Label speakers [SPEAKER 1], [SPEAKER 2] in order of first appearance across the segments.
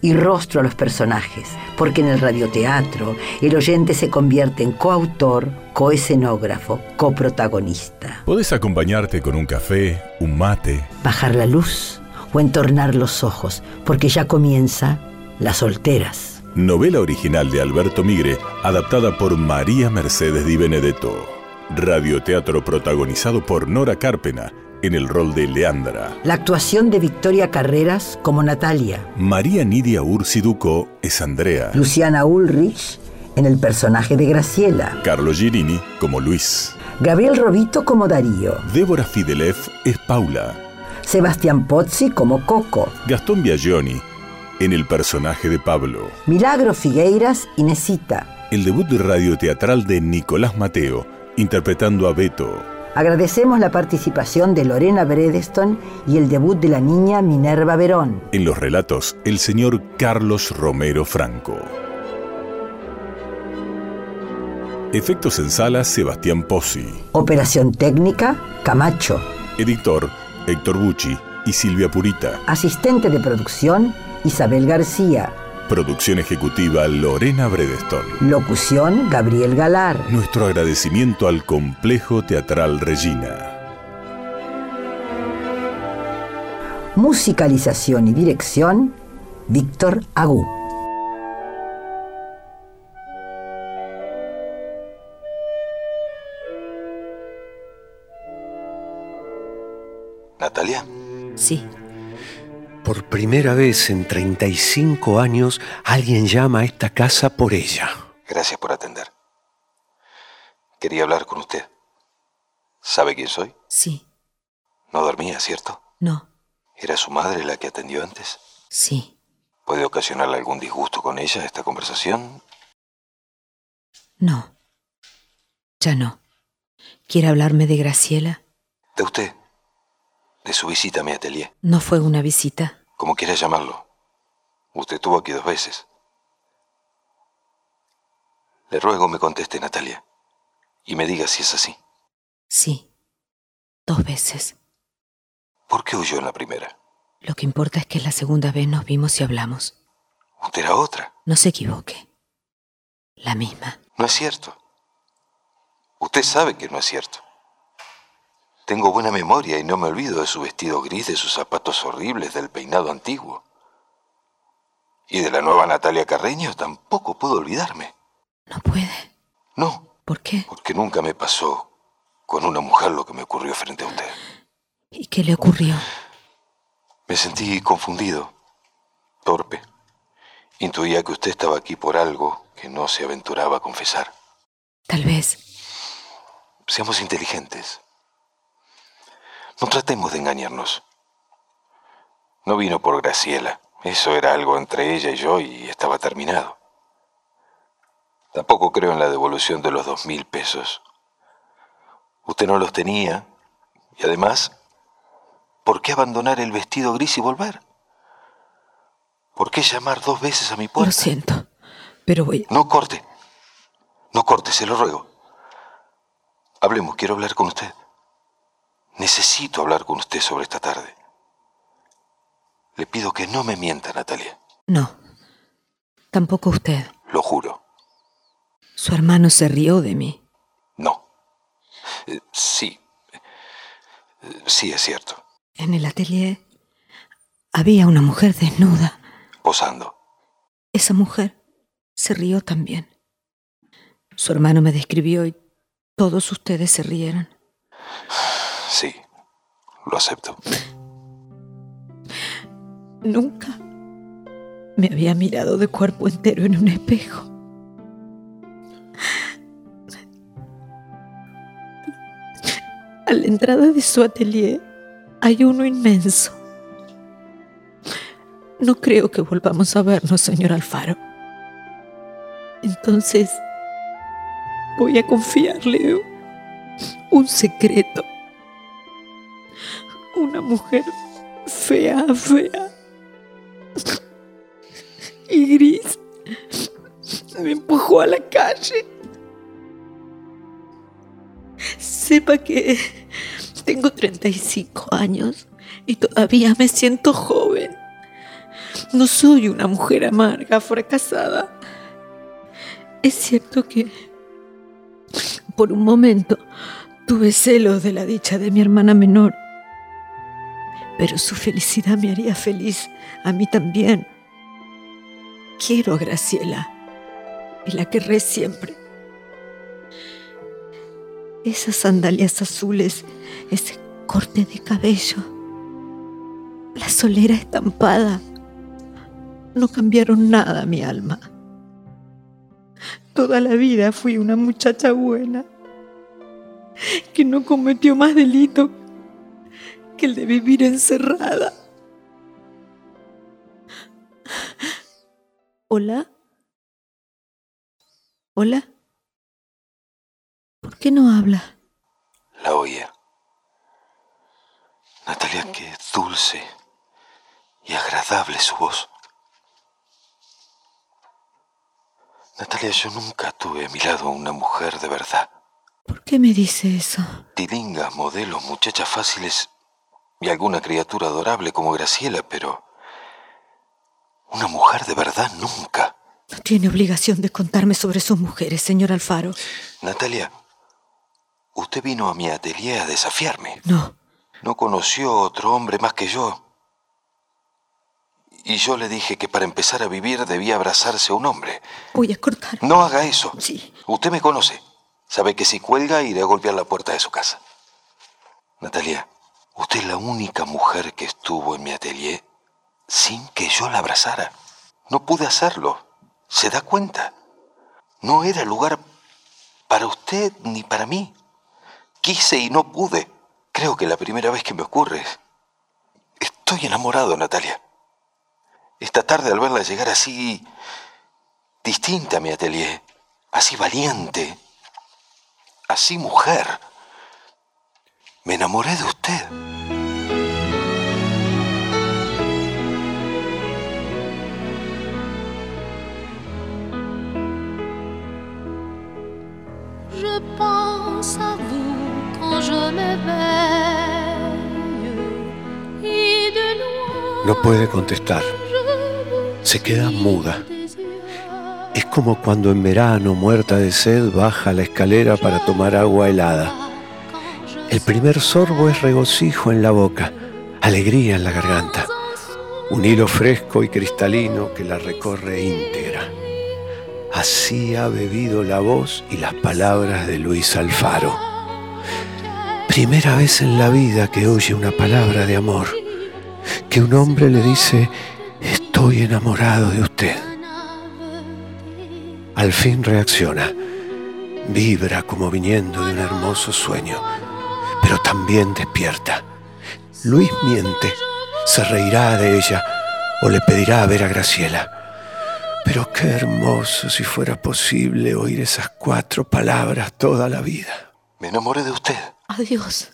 [SPEAKER 1] y rostro a los personajes, porque en el radioteatro el oyente se convierte en coautor, coescenógrafo, coprotagonista.
[SPEAKER 2] Podés acompañarte con un café, un mate.
[SPEAKER 1] Bajar la luz o entornar los ojos, porque ya comienza Las solteras.
[SPEAKER 2] Novela original de Alberto Migre, adaptada por María Mercedes Di Benedetto. Radioteatro protagonizado por Nora Carpena, en el rol de Leandra.
[SPEAKER 1] La actuación de Victoria Carreras como Natalia.
[SPEAKER 2] María Nidia Ursiduco es Andrea.
[SPEAKER 1] Luciana Ulrich en el personaje de Graciela.
[SPEAKER 2] Carlo Girini como Luis.
[SPEAKER 1] Gabriel Robito como Darío.
[SPEAKER 2] Débora Fidelev es Paula.
[SPEAKER 1] Sebastián Pozzi como Coco.
[SPEAKER 2] Gastón Biagioni en el personaje de Pablo.
[SPEAKER 1] Milagro Figueiras Inesita.
[SPEAKER 2] El debut de radioteatral de Nicolás Mateo, interpretando a Beto.
[SPEAKER 1] Agradecemos la participación de Lorena Bredeston y el debut de la niña Minerva Verón.
[SPEAKER 2] En los relatos, el señor Carlos Romero Franco. Efectos en sala, Sebastián Pozzi.
[SPEAKER 1] Operación técnica, Camacho.
[SPEAKER 2] Editor, Héctor Bucci y Silvia Purita.
[SPEAKER 1] Asistente de producción, Isabel García.
[SPEAKER 2] Producción ejecutiva Lorena Bredeston.
[SPEAKER 1] Locución Gabriel Galar.
[SPEAKER 2] Nuestro agradecimiento al Complejo Teatral Regina.
[SPEAKER 1] Musicalización y dirección Víctor Agú.
[SPEAKER 3] Natalia.
[SPEAKER 4] Sí.
[SPEAKER 3] Por primera vez en 35 años, alguien llama a esta casa por ella. Gracias por atender. Quería hablar con usted. ¿Sabe quién soy?
[SPEAKER 4] Sí.
[SPEAKER 3] No dormía, ¿cierto?
[SPEAKER 4] No.
[SPEAKER 3] ¿Era su madre la que atendió antes?
[SPEAKER 4] Sí.
[SPEAKER 3] ¿Puede ocasionarle algún disgusto con ella esta conversación?
[SPEAKER 4] No. Ya no. ¿Quiere hablarme de Graciela?
[SPEAKER 3] De usted. De su visita a mi atelier.
[SPEAKER 4] No fue una visita.
[SPEAKER 3] Como quiera llamarlo. Usted estuvo aquí dos veces. Le ruego me conteste, Natalia. Y me diga si es así.
[SPEAKER 4] Sí. Dos veces.
[SPEAKER 3] ¿Por qué huyó en la primera?
[SPEAKER 4] Lo que importa es que la segunda vez nos vimos y hablamos.
[SPEAKER 3] Usted era otra.
[SPEAKER 4] No se equivoque. La misma.
[SPEAKER 3] No es cierto. Usted sabe que no es cierto. Tengo buena memoria y no me olvido de su vestido gris, de sus zapatos horribles, del peinado antiguo. Y de la nueva Natalia Carreño tampoco puedo olvidarme.
[SPEAKER 4] No puede.
[SPEAKER 3] No,
[SPEAKER 4] ¿Por qué?
[SPEAKER 3] porque nunca me pasó con una mujer lo que me ocurrió frente a usted.
[SPEAKER 4] ¿Y qué le ocurrió?
[SPEAKER 3] Me sentí confundido, torpe. Intuía que usted estaba aquí por algo que no se aventuraba a confesar.
[SPEAKER 4] Tal vez.
[SPEAKER 3] Seamos inteligentes. No tratemos de engañarnos. No vino por Graciela. Eso era algo entre ella y yo y estaba terminado. Tampoco creo en la devolución de los dos mil pesos. Usted no los tenía. Y además, ¿por qué abandonar el vestido gris y volver? ¿Por qué llamar dos veces a mi puerta?
[SPEAKER 4] Lo siento. Pero voy.
[SPEAKER 3] No corte. No corte, se lo ruego. Hablemos, quiero hablar con usted. Necesito hablar con usted sobre esta tarde. Le pido que no me mienta, Natalia.
[SPEAKER 4] No. Tampoco usted.
[SPEAKER 3] Lo juro.
[SPEAKER 4] Su hermano se rió de mí.
[SPEAKER 3] No. Eh, sí. Eh, sí, es cierto.
[SPEAKER 4] En el atelier había una mujer desnuda.
[SPEAKER 3] Posando.
[SPEAKER 4] Esa mujer se rió también. Su hermano me describió y todos ustedes se rieron.
[SPEAKER 3] Sí. Lo acepto.
[SPEAKER 4] Nunca me había mirado de cuerpo entero en un espejo. A la entrada de su atelier hay uno inmenso. No creo que volvamos a vernos, señor Alfaro. Entonces, Voy a confiarle un secreto. Una mujer fea, fea y gris me empujó a la calle. Sepa que tengo 35 años y todavía me siento joven. No soy una mujer amarga, fracasada. Es cierto que por un momento tuve celos de la dicha de mi hermana menor, pero su felicidad me haría feliz a mí también. Quiero a Graciela y la querré siempre. Esas sandalias azules, ese corte de cabello, la solera estampada, no cambiaron nada mi alma. Toda la vida fui una muchacha buena, que no cometió más delito que el de vivir encerrada. Hola. Hola. ¿Por qué no habla?
[SPEAKER 3] La oía. Natalia, qué dulce y agradable su voz. Natalia, yo nunca tuve a mi lado una mujer de verdad.
[SPEAKER 4] ¿Por qué me dice eso?
[SPEAKER 3] Tilingas, modelos, muchachas fáciles y alguna criatura adorable como Graciela, pero... Una mujer de verdad nunca.
[SPEAKER 4] No tiene obligación de contarme sobre sus mujeres, señor Alfaro.
[SPEAKER 3] Natalia, usted vino a mi atelier a desafiarme.
[SPEAKER 4] No,
[SPEAKER 3] No conoció otro hombre más que yo. Y yo le dije que para empezar a vivir debía abrazarse a un hombre.
[SPEAKER 4] voy a cortar.
[SPEAKER 3] No haga eso.
[SPEAKER 4] Sí.
[SPEAKER 3] Usted me conoce. Sabe que si cuelga iré a golpear la puerta de su casa. Natalia, usted es la única mujer que estuvo en mi atelier sin que yo la abrazara. No pude hacerlo. ¿Se da cuenta? No era lugar para usted ni para mí. Quise y no pude. Creo que la primera vez que me ocurre. Estoy enamorado, Natalia. Esta tarde al verla llegar así distinta a mi atelier, así valiente, así mujer. Me enamoré de usted.
[SPEAKER 5] Je pense à vous quand je m'éveille. Et de loin,
[SPEAKER 6] No puede contestar. Se queda muda. Es como cuando en verano, muerta de sed, baja la escalera para tomar agua helada. El primer sorbo es regocijo en la boca, alegría en la garganta, un hilo fresco y cristalino que la recorre íntegra. Así ha bebido la voz y las palabras de Luis Alfaro. Primera vez en la vida que oye una palabra de amor, que un hombre le dice, estoy enamorado de usted. Al fin reacciona, vibra como viniendo de un hermoso sueño, pero también despierta. Luis miente, se reirá de ella o le pedirá ver a Graciela. Pero qué hermoso si fuera posible oír esas cuatro palabras toda la vida.
[SPEAKER 3] Me enamoré de usted.
[SPEAKER 4] Adiós.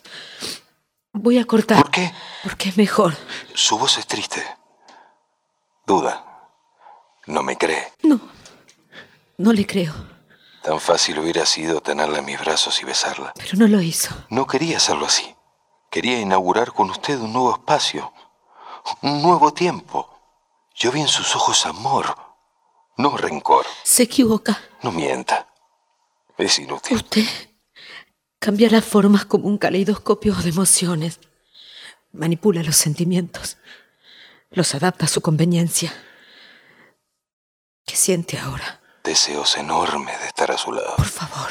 [SPEAKER 4] Voy a cortar.
[SPEAKER 3] ¿Por qué?
[SPEAKER 4] Porque es mejor.
[SPEAKER 3] Su voz es triste. Duda. No me cree.
[SPEAKER 4] No. No le creo.
[SPEAKER 3] Tan fácil hubiera sido tenerla en mis brazos y besarla.
[SPEAKER 4] Pero no lo hizo.
[SPEAKER 3] No quería hacerlo así. Quería inaugurar con usted un nuevo espacio, un nuevo tiempo. Yo vi en sus ojos amor, no rencor.
[SPEAKER 4] Se equivoca.
[SPEAKER 3] No mienta. Es inútil.
[SPEAKER 4] Usted cambia las formas como un caleidoscopio de emociones. Manipula los sentimientos. Los adapta a su conveniencia. ¿Qué siente ahora?
[SPEAKER 3] Deseos enormes de estar a su lado.
[SPEAKER 4] Por favor.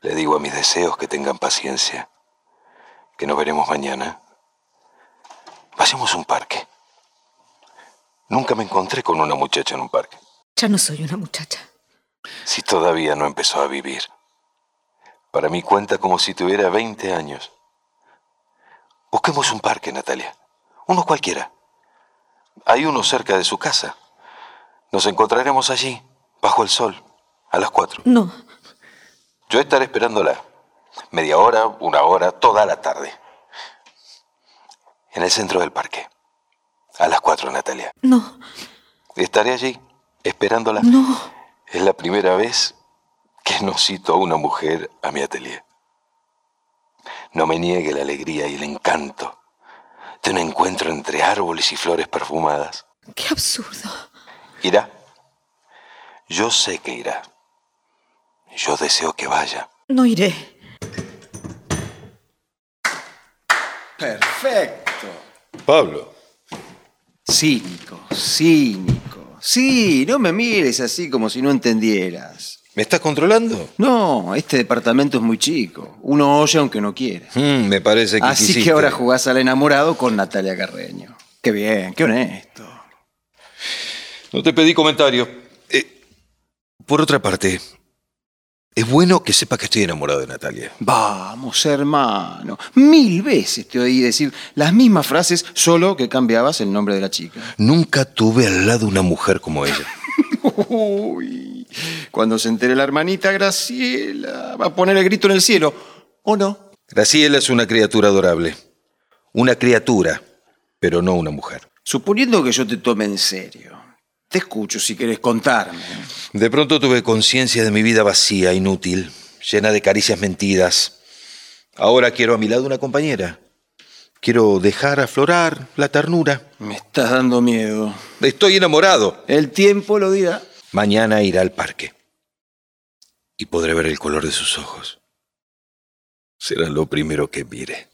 [SPEAKER 3] Le digo a mis deseos que tengan paciencia. Que nos veremos mañana. Vayamos a un parque. Nunca me encontré con una muchacha en un parque.
[SPEAKER 4] Ya no soy una muchacha.
[SPEAKER 3] Si todavía no empezó a vivir. Para mí cuenta como si tuviera 20 años. Busquemos un parque, Natalia. Uno cualquiera. Hay uno cerca de su casa. Nos encontraremos allí, bajo el sol, a las 4.
[SPEAKER 4] No.
[SPEAKER 3] Yo estaré esperándola. Media hora, una hora, toda la tarde. En el centro del parque. A las cuatro, Natalia.
[SPEAKER 4] No,
[SPEAKER 3] Estaré allí, esperándola.
[SPEAKER 4] no.
[SPEAKER 3] Es la primera vez que no cito a una mujer a mi atelier. No me niegue la alegría y el encanto de un encuentro entre árboles y flores perfumadas.
[SPEAKER 4] Qué absurdo.
[SPEAKER 3] Irá. Yo sé que irá. Yo deseo que vaya.
[SPEAKER 4] No iré.
[SPEAKER 7] Perfecto.
[SPEAKER 8] Pablo,
[SPEAKER 7] Cínico, cínico. Sí, no me mires así como si no entendieras.
[SPEAKER 8] ¿me estás controlando?
[SPEAKER 7] No, este departamento es muy chico. Uno oye aunque no quiera.
[SPEAKER 8] Mm, me parece que
[SPEAKER 7] Así
[SPEAKER 8] quisiste.
[SPEAKER 7] que ahora jugás al enamorado con Natalia Carreño. Qué bien, qué honesto.
[SPEAKER 8] No te pedí comentario. Eh, por otra parte, es bueno que sepa que estoy enamorado de Natalia.
[SPEAKER 7] Vamos, hermano. Mil veces te oí decir las mismas frases, solo que cambiabas el nombre de la chica.
[SPEAKER 8] Nunca tuve al lado una mujer como ella.
[SPEAKER 7] Uy, cuando se entere la hermanita Graciela, va a poner el grito en el cielo. ¿O no?
[SPEAKER 8] Graciela es una criatura adorable. Una criatura, pero no una mujer.
[SPEAKER 7] Suponiendo que yo te tome en serio, te escucho si querés contarme.
[SPEAKER 8] De pronto tuve conciencia de mi vida vacía, inútil, llena de caricias mentidas. Ahora quiero a mi lado una compañera. Quiero dejar aflorar la ternura.
[SPEAKER 7] Me estás dando miedo.
[SPEAKER 8] Estoy enamorado.
[SPEAKER 7] El tiempo lo dirá.
[SPEAKER 8] Mañana irá al parque y podré ver el color de sus ojos. Será lo primero que mire.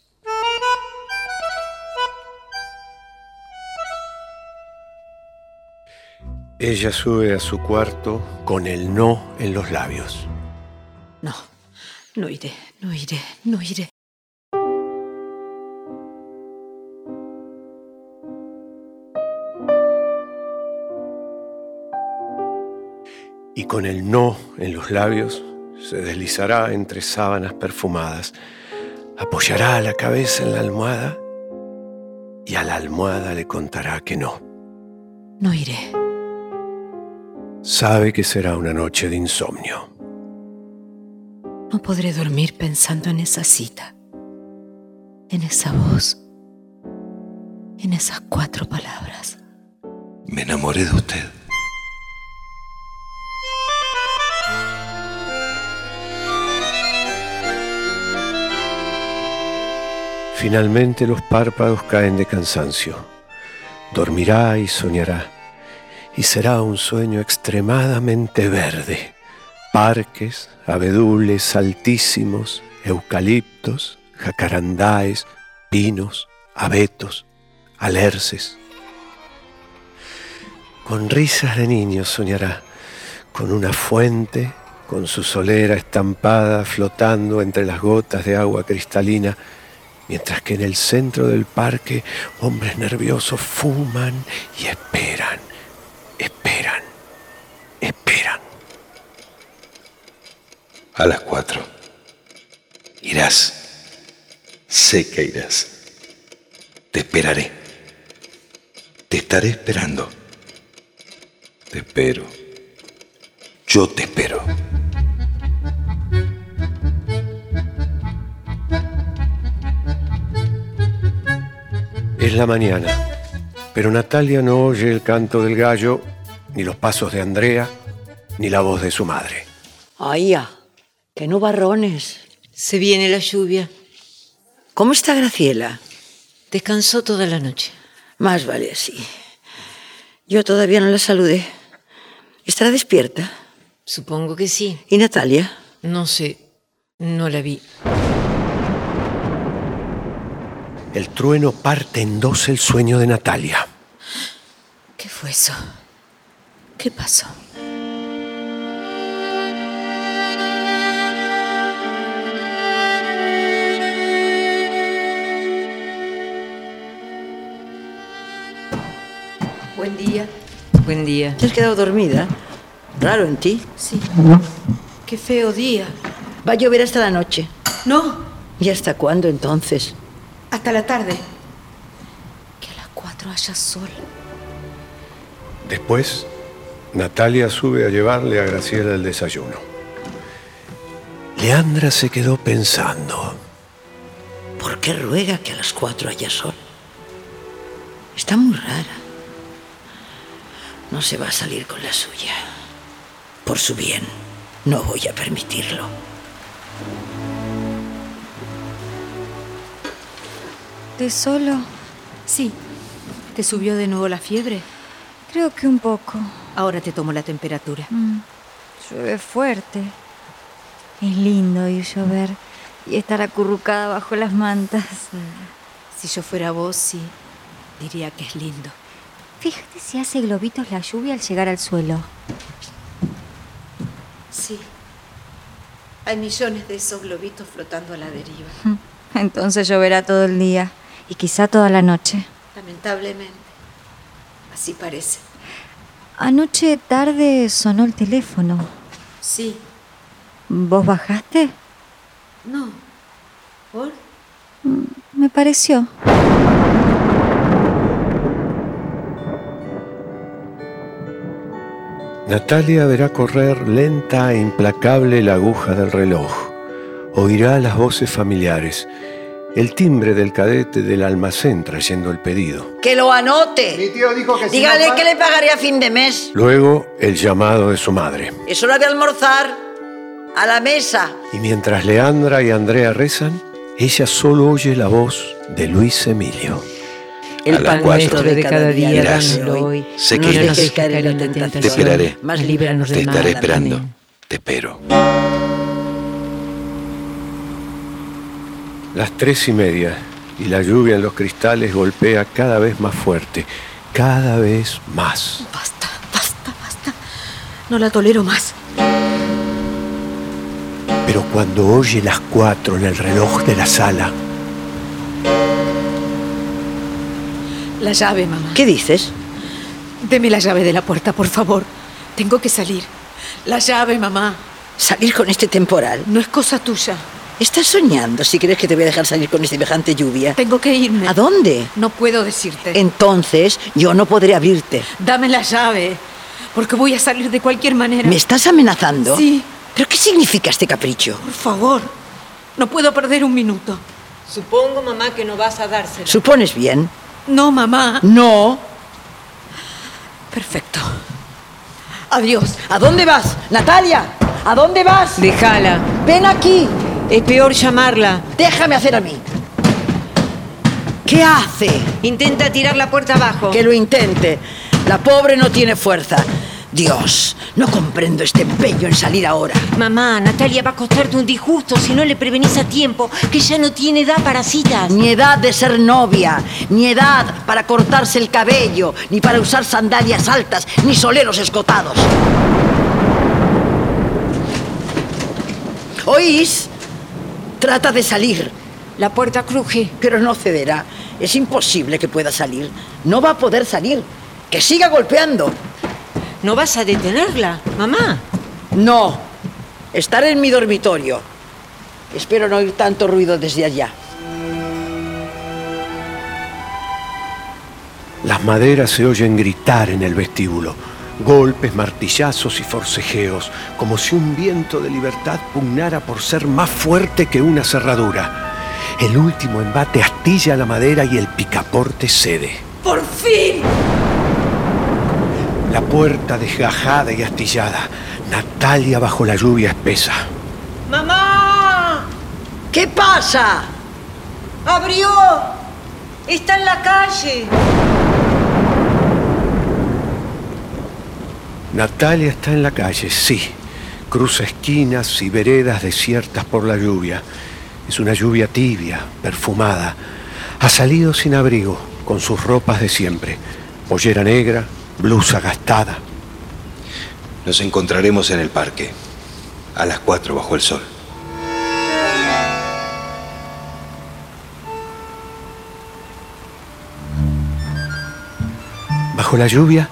[SPEAKER 6] Ella sube a su cuarto con el no en los labios.
[SPEAKER 4] No, no iré, no iré, no iré.
[SPEAKER 6] y con el no en los labios se deslizará entre sábanas perfumadas, apoyará la cabeza en la almohada y a la almohada le contará que no.
[SPEAKER 4] No iré.
[SPEAKER 6] Sabe que será una noche de insomnio.
[SPEAKER 4] No podré dormir pensando en esa cita, en esa voz, en esas cuatro palabras.
[SPEAKER 8] Me enamoré de usted.
[SPEAKER 6] Finalmente los párpados caen de cansancio. Dormirá y soñará. Y será un sueño extremadamente verde. Parques, abedules altísimos, eucaliptos, jacarandáes, pinos, abetos, alerces. Con risas de niño soñará, con una fuente, con su solera estampada flotando entre las gotas de agua cristalina mientras que en el centro del parque hombres nerviosos fuman y esperan, esperan, esperan.
[SPEAKER 8] A las cuatro. Irás. Sé que irás. Te esperaré. Te estaré esperando. Te espero. Yo te espero.
[SPEAKER 6] Es la mañana, pero Natalia no oye el canto del gallo, ni los pasos de Andrea, ni la voz de su madre.
[SPEAKER 1] Ay, ah, que no barrones.
[SPEAKER 9] Se viene la lluvia.
[SPEAKER 1] ¿Cómo está Graciela?
[SPEAKER 9] Descansó toda la noche.
[SPEAKER 1] Más vale así. Yo todavía no la saludé. ¿Estará despierta?
[SPEAKER 9] Supongo que sí.
[SPEAKER 1] ¿Y Natalia?
[SPEAKER 9] No sé. No la vi.
[SPEAKER 6] El trueno parte en dos el sueño de Natalia.
[SPEAKER 4] ¿Qué fue eso? ¿Qué pasó?
[SPEAKER 9] Buen día. Buen día.
[SPEAKER 1] ¿Te has quedado dormida? Raro en ti.
[SPEAKER 9] Sí. Qué feo día.
[SPEAKER 1] Va a llover hasta la noche.
[SPEAKER 9] No,
[SPEAKER 1] ¿Y hasta cuándo entonces?
[SPEAKER 9] hasta la tarde.
[SPEAKER 4] Que a las cuatro haya sol.
[SPEAKER 6] Después, Natalia sube a llevarle a Graciela el desayuno. Leandra se quedó pensando.
[SPEAKER 10] ¿Por qué ruega que a las cuatro haya sol? Está muy rara. No se va a salir con la suya. Por su bien, no voy a permitirlo.
[SPEAKER 11] ¿Te solo?
[SPEAKER 9] Sí. ¿Te subió de nuevo la fiebre?
[SPEAKER 11] Creo que un poco.
[SPEAKER 9] Ahora te tomo la temperatura.
[SPEAKER 11] Mm, llueve fuerte. Es lindo ir llover y estar acurrucada bajo las mantas.
[SPEAKER 9] Si yo fuera vos, sí. Diría que es lindo.
[SPEAKER 11] Fíjate si hace globitos la lluvia al llegar al suelo.
[SPEAKER 9] Sí. Hay millones de esos globitos flotando a la deriva.
[SPEAKER 11] Entonces lloverá todo el día y quizá toda la noche.
[SPEAKER 9] Lamentablemente. Así parece.
[SPEAKER 11] Anoche tarde sonó el teléfono.
[SPEAKER 9] Sí.
[SPEAKER 11] ¿Vos bajaste?
[SPEAKER 9] No. ¿Por?
[SPEAKER 11] Me pareció.
[SPEAKER 6] Natalia verá correr lenta e implacable la aguja del reloj. Oirá las voces familiares, el timbre del cadete del almacén trayendo el pedido.
[SPEAKER 1] Que lo anote. Mi tío dijo que
[SPEAKER 10] si
[SPEAKER 1] Dígale
[SPEAKER 10] no paga-
[SPEAKER 1] que le pagaré a fin de mes.
[SPEAKER 6] Luego el llamado de su madre.
[SPEAKER 1] Es hora de almorzar. A la mesa.
[SPEAKER 6] Y mientras Leandra y Andrea rezan, ella solo oye la voz de Luis Emilio.
[SPEAKER 1] El
[SPEAKER 6] A las
[SPEAKER 1] pan
[SPEAKER 6] cuatro.
[SPEAKER 1] nuestro de cada día,
[SPEAKER 8] Irás.
[SPEAKER 1] dámelo hoy.
[SPEAKER 8] Sé
[SPEAKER 1] No
[SPEAKER 8] que
[SPEAKER 1] nos
[SPEAKER 8] irás.
[SPEAKER 1] dejes caer en la tentación,
[SPEAKER 8] Te esperaré.
[SPEAKER 1] mas líbranos
[SPEAKER 8] Te
[SPEAKER 1] del mal.
[SPEAKER 8] estaré esperando.
[SPEAKER 1] Amén.
[SPEAKER 8] Te espero.
[SPEAKER 6] Las tres y media y la lluvia en los cristales golpea cada vez más fuerte, cada vez más.
[SPEAKER 4] No la tolero más.
[SPEAKER 6] Pero cuando oye las cuatro en el reloj de la sala,
[SPEAKER 4] La llave, mamá.
[SPEAKER 1] ¿Qué dices?
[SPEAKER 4] Deme la llave de la puerta, por favor. Tengo que salir. La llave, mamá.
[SPEAKER 1] ¿Salir con este temporal?
[SPEAKER 4] No es cosa tuya.
[SPEAKER 1] Estás soñando si crees que te voy a dejar salir con semejante lluvia.
[SPEAKER 4] Tengo que irme.
[SPEAKER 1] ¿A dónde?
[SPEAKER 4] No puedo decirte.
[SPEAKER 1] Entonces yo no podré abrirte.
[SPEAKER 4] Dame la llave. Porque voy a salir de cualquier manera.
[SPEAKER 1] ¿Me estás amenazando?
[SPEAKER 4] Sí.
[SPEAKER 1] ¿Pero qué significa este capricho?
[SPEAKER 4] Por favor. No puedo perder un minuto.
[SPEAKER 12] Supongo, mamá, que no vas a dársela.
[SPEAKER 1] ¿Supones bien?
[SPEAKER 4] No, mamá.
[SPEAKER 1] No.
[SPEAKER 4] Perfecto. Adiós.
[SPEAKER 1] ¿A dónde vas? Natalia, ¿a dónde vas?
[SPEAKER 12] Déjala.
[SPEAKER 1] Ven aquí.
[SPEAKER 12] Es peor llamarla.
[SPEAKER 1] Déjame hacer a mí. ¿Qué hace?
[SPEAKER 12] Intenta tirar la puerta abajo.
[SPEAKER 1] Que lo intente. La pobre no tiene fuerza. Dios, no comprendo este empeño en salir ahora.
[SPEAKER 12] Mamá, Natalia va a costarte un disgusto si no le prevenís a tiempo, que ya no tiene edad para citas.
[SPEAKER 1] Ni edad de ser novia, ni edad para cortarse el cabello, ni para usar sandalias altas, ni soleros escotados. ¿Oís? Trata de salir,
[SPEAKER 12] La puerta cruje.
[SPEAKER 1] pero no cederá. Es imposible que pueda salir. No va a poder salir. Que siga golpeando.
[SPEAKER 12] ¿No vas a detenerla, mamá?
[SPEAKER 1] No. Estar en mi dormitorio. Espero no oír tanto ruido desde allá.
[SPEAKER 6] las maderas se oyen gritar en el vestíbulo. Golpes, martillazos y forcejeos, como si un viento de libertad pugnara por ser más fuerte que una cerradura. El último embate astilla la madera y el picaporte cede.
[SPEAKER 4] Por fin.
[SPEAKER 6] La puerta desgajada y astillada. Natalia bajo la lluvia espesa.
[SPEAKER 12] ¡Mamá!
[SPEAKER 1] ¿Qué pasa?
[SPEAKER 12] ¡Abrió! ¡Está en la calle!
[SPEAKER 6] Natalia está en la calle, sí. Cruza esquinas y veredas desiertas por la lluvia. Es una lluvia tibia, perfumada. Ha salido sin abrigo, con sus ropas de siempre. Pollera negra, blusa gastada.
[SPEAKER 8] Nos encontraremos en el parque. A las cuatro bajo el sol.
[SPEAKER 6] Bajo la lluvia,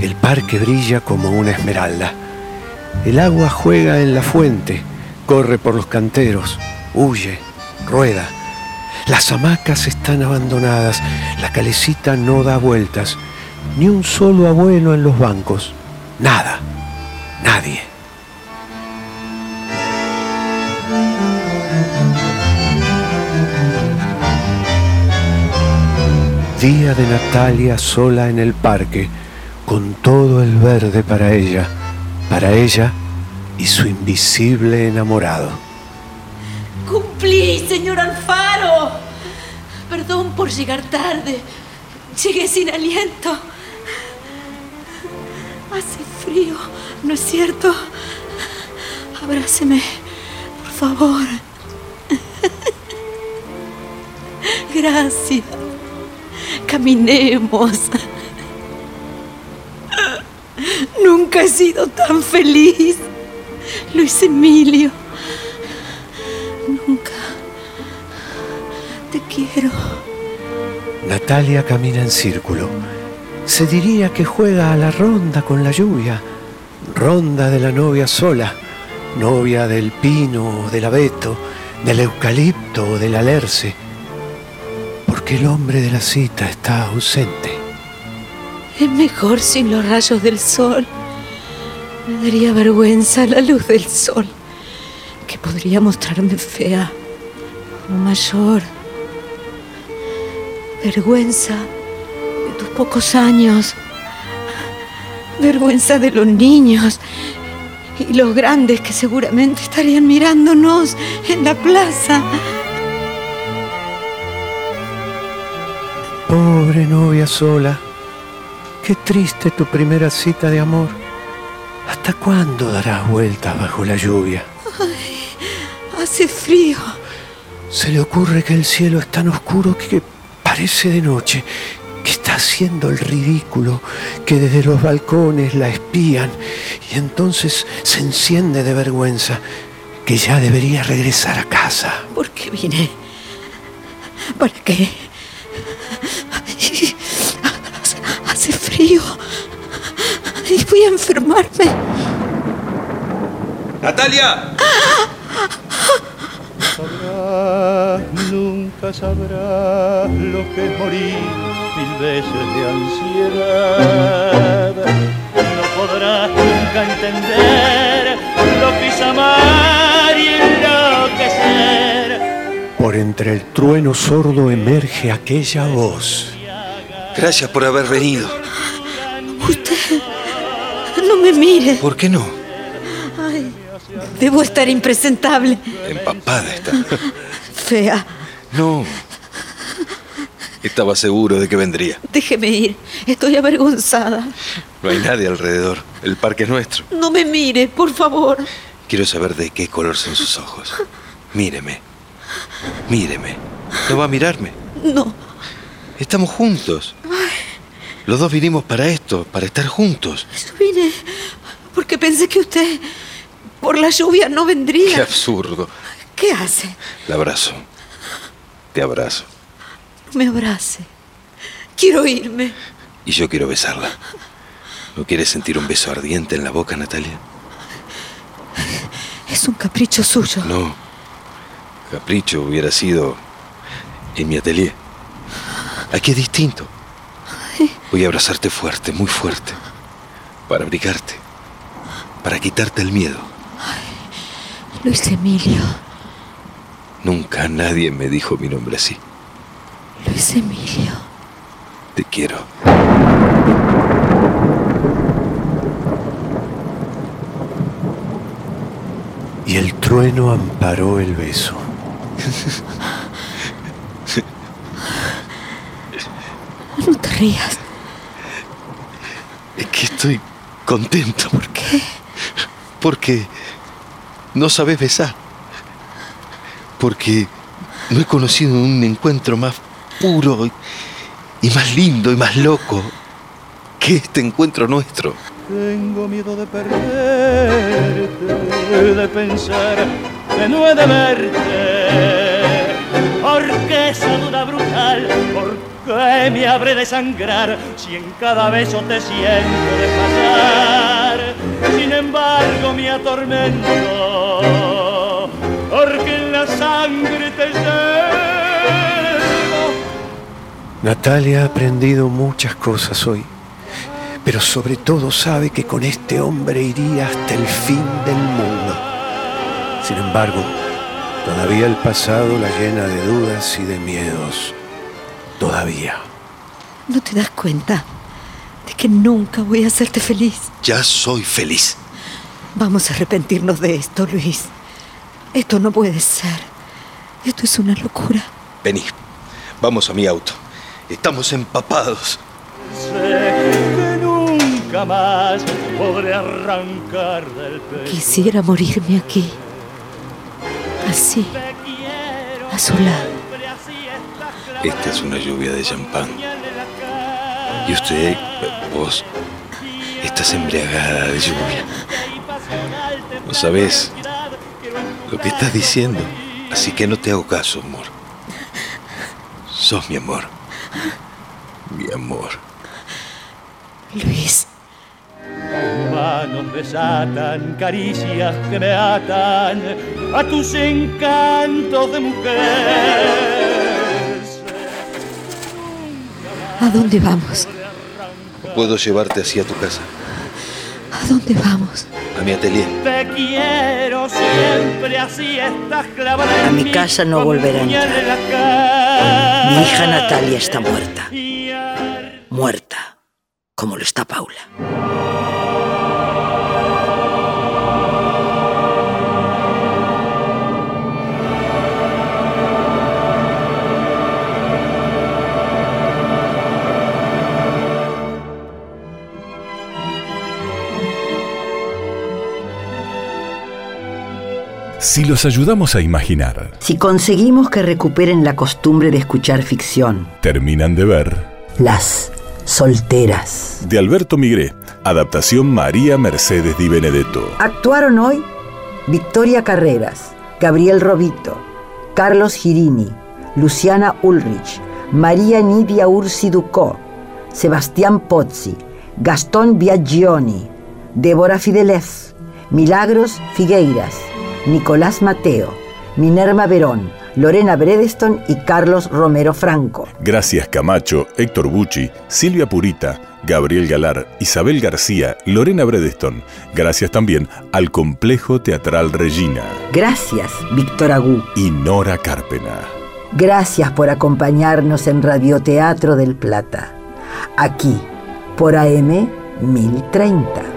[SPEAKER 6] el parque brilla como una esmeralda. El agua juega en la fuente, corre por los canteros, huye, rueda. Las hamacas están abandonadas, la calecita no da vueltas, ni un solo abuelo en los bancos, nada, nadie. Día de Natalia sola en el parque, con todo el verde para ella, para ella y su invisible enamorado.
[SPEAKER 4] Cumplí, señor Alfaro. Perdón por llegar tarde. Llegué sin aliento. Hace frío, ¿no es cierto? Abráceme, por favor. Gracias. Caminemos. Nunca he sido tan feliz. Luis Emilio. Nunca. Te quiero.
[SPEAKER 6] Natalia camina en círculo. Se diría que juega a la ronda con la lluvia. Ronda de la novia sola. Novia del pino o del abeto, del eucalipto o del alerce. Porque el hombre de la cita está ausente.
[SPEAKER 4] Es mejor sin los rayos del sol. Me daría vergüenza la luz del sol, que podría mostrarme fea o mayor. Vergüenza de tus pocos años. Vergüenza de los niños y los grandes que seguramente estarían mirándonos en la plaza.
[SPEAKER 6] Pobre novia sola, qué triste tu primera cita de amor. ¿Hasta cuándo darás vueltas bajo la lluvia?
[SPEAKER 4] Ay, hace frío.
[SPEAKER 6] Se le ocurre que el cielo es tan oscuro que parece de noche, que está haciendo el ridículo, que desde los balcones la espían y entonces se enciende de vergüenza, que ya debería regresar a casa.
[SPEAKER 4] ¿Por qué vine? ¿Para qué? Ay, hace- hace frío. Y voy a enfermarme.
[SPEAKER 3] ¡Natalia!
[SPEAKER 13] Sabrás, nunca sabrás lo que es morir mil veces de ansiedad. No podrás nunca entender lo que es amar y enloquecer.
[SPEAKER 6] Por entre el trueno sordo emerge aquella voz.
[SPEAKER 3] Gracias por haber venido.
[SPEAKER 4] Usted no me mire.
[SPEAKER 3] ¿Por qué no?
[SPEAKER 4] Ay, debo estar impresentable,
[SPEAKER 3] Empapada está.
[SPEAKER 4] fea.
[SPEAKER 3] No. Estaba seguro de que vendría.
[SPEAKER 4] Déjeme ir. Estoy avergonzada.
[SPEAKER 3] No hay nadie alrededor. El parque es nuestro.
[SPEAKER 4] No me mire, por favor.
[SPEAKER 3] Quiero saber de qué color son sus ojos. Míreme. Míreme. No va a mirarme.
[SPEAKER 4] No.
[SPEAKER 3] Estamos juntos. Los dos vinimos para esto, para estar juntos.
[SPEAKER 4] Yo vine porque pensé que usted por la lluvia no
[SPEAKER 3] Qué
[SPEAKER 4] vendría.
[SPEAKER 3] absurdo.
[SPEAKER 4] ¿Qué hace?
[SPEAKER 3] La abrazo. Te abrazo.
[SPEAKER 4] No me abrace. Quiero irme.
[SPEAKER 3] Y yo quiero besarla. ¿No quieres sentir un beso ardiente en la boca, Natalia?
[SPEAKER 4] Es un capricho suyo.
[SPEAKER 3] No. Capricho hubiera sido en mi atelier. Aquí es distinto. Voy a abrazarte fuerte, muy fuerte. Para abrigarte. Para quitarte el miedo.
[SPEAKER 4] Luis Emilio.
[SPEAKER 3] Nunca nadie me dijo mi nombre así.
[SPEAKER 4] Luis Emilio.
[SPEAKER 3] Te quiero.
[SPEAKER 6] Y el trueno amparó el beso.
[SPEAKER 4] No te rías.
[SPEAKER 3] Es que estoy contento. ¿Por qué? Porque no sabes besar. Porque no he conocido un encuentro más puro y- y más lindo y más loco que este encuentro nuestro.
[SPEAKER 13] Tengo miedo de perderte, de pensar que no he de verte. Porque esa duda brutal, porque me habré de sangrar si en cada beso te siento desfasar. Sin embargo, me atormento, porque en la sangre te llevo.
[SPEAKER 6] Natalia ha aprendido muchas cosas hoy, pero sobre todo sabe que con este hombre iría hasta el fin del mundo. Sin embargo, todavía el pasado la llena de dudas y de miedos. Todavía.
[SPEAKER 4] ¿No te das cuenta de que nunca voy a hacerte feliz?
[SPEAKER 3] Ya soy feliz.
[SPEAKER 4] Vamos a arrepentirnos de esto, Luis. Esto no puede ser. Esto es una locura.
[SPEAKER 3] Vení, vamos a mi auto. Estamos empapados.
[SPEAKER 11] Sé que nunca más podré arrancar del pecho.
[SPEAKER 4] Quisiera morirme aquí. Así. A su lado.
[SPEAKER 3] Esta es una lluvia de champán. Y usted, vos, estás embriagada de lluvia. No sabes lo que estás diciendo. Así que no te hago caso, amor. Sos mi amor. Mi amor.
[SPEAKER 4] Luis.
[SPEAKER 11] Manos desatan, caricias que me atan a tus encantos de mujer.
[SPEAKER 4] ¿A dónde vamos?
[SPEAKER 3] Puedo llevarte hacia tu casa,
[SPEAKER 4] ¿A dónde vamos?
[SPEAKER 3] a mi atelier.
[SPEAKER 11] Te quiero siempre, así estás clavada
[SPEAKER 1] A
[SPEAKER 11] en
[SPEAKER 1] mi
[SPEAKER 11] mí
[SPEAKER 1] casa no
[SPEAKER 11] como
[SPEAKER 1] volverá a
[SPEAKER 11] puñal
[SPEAKER 1] entrar.
[SPEAKER 11] en la cara.
[SPEAKER 1] Mi hija Natalia está muerta. Muerta, como lo está Paula.
[SPEAKER 2] Si los ayudamos a imaginar,
[SPEAKER 1] Si conseguimos que recuperen la costumbre de escuchar ficción,
[SPEAKER 2] terminan de ver.
[SPEAKER 1] las solteras.
[SPEAKER 2] De Alberto Migré, adaptación María Mercedes Di Benedetto.
[SPEAKER 1] Actuaron hoy Victoria Carreras, Gabriel Robito, Carlos Girini, Luciana Ulrich, María Nidia Ursi Ducó, Sebastián Pozzi, Gastón Biaggioni, Débora Fidelez, Milagros Figueiras, Nicolás Mateo, Minerva Verón, Lorena Bredeston y Carlos Romero Franco.
[SPEAKER 2] Gracias Camacho, Héctor Bucci, Silvia Purita, Gabriel Galar, Isabel García, Lorena Bredeston. Gracias también al Complejo Teatral Regina
[SPEAKER 1] Gracias, Víctor Agú.
[SPEAKER 2] y Nora Cárpena.
[SPEAKER 1] Gracias por acompañarnos en Radioteatro del Plata, aquí por AM 1030.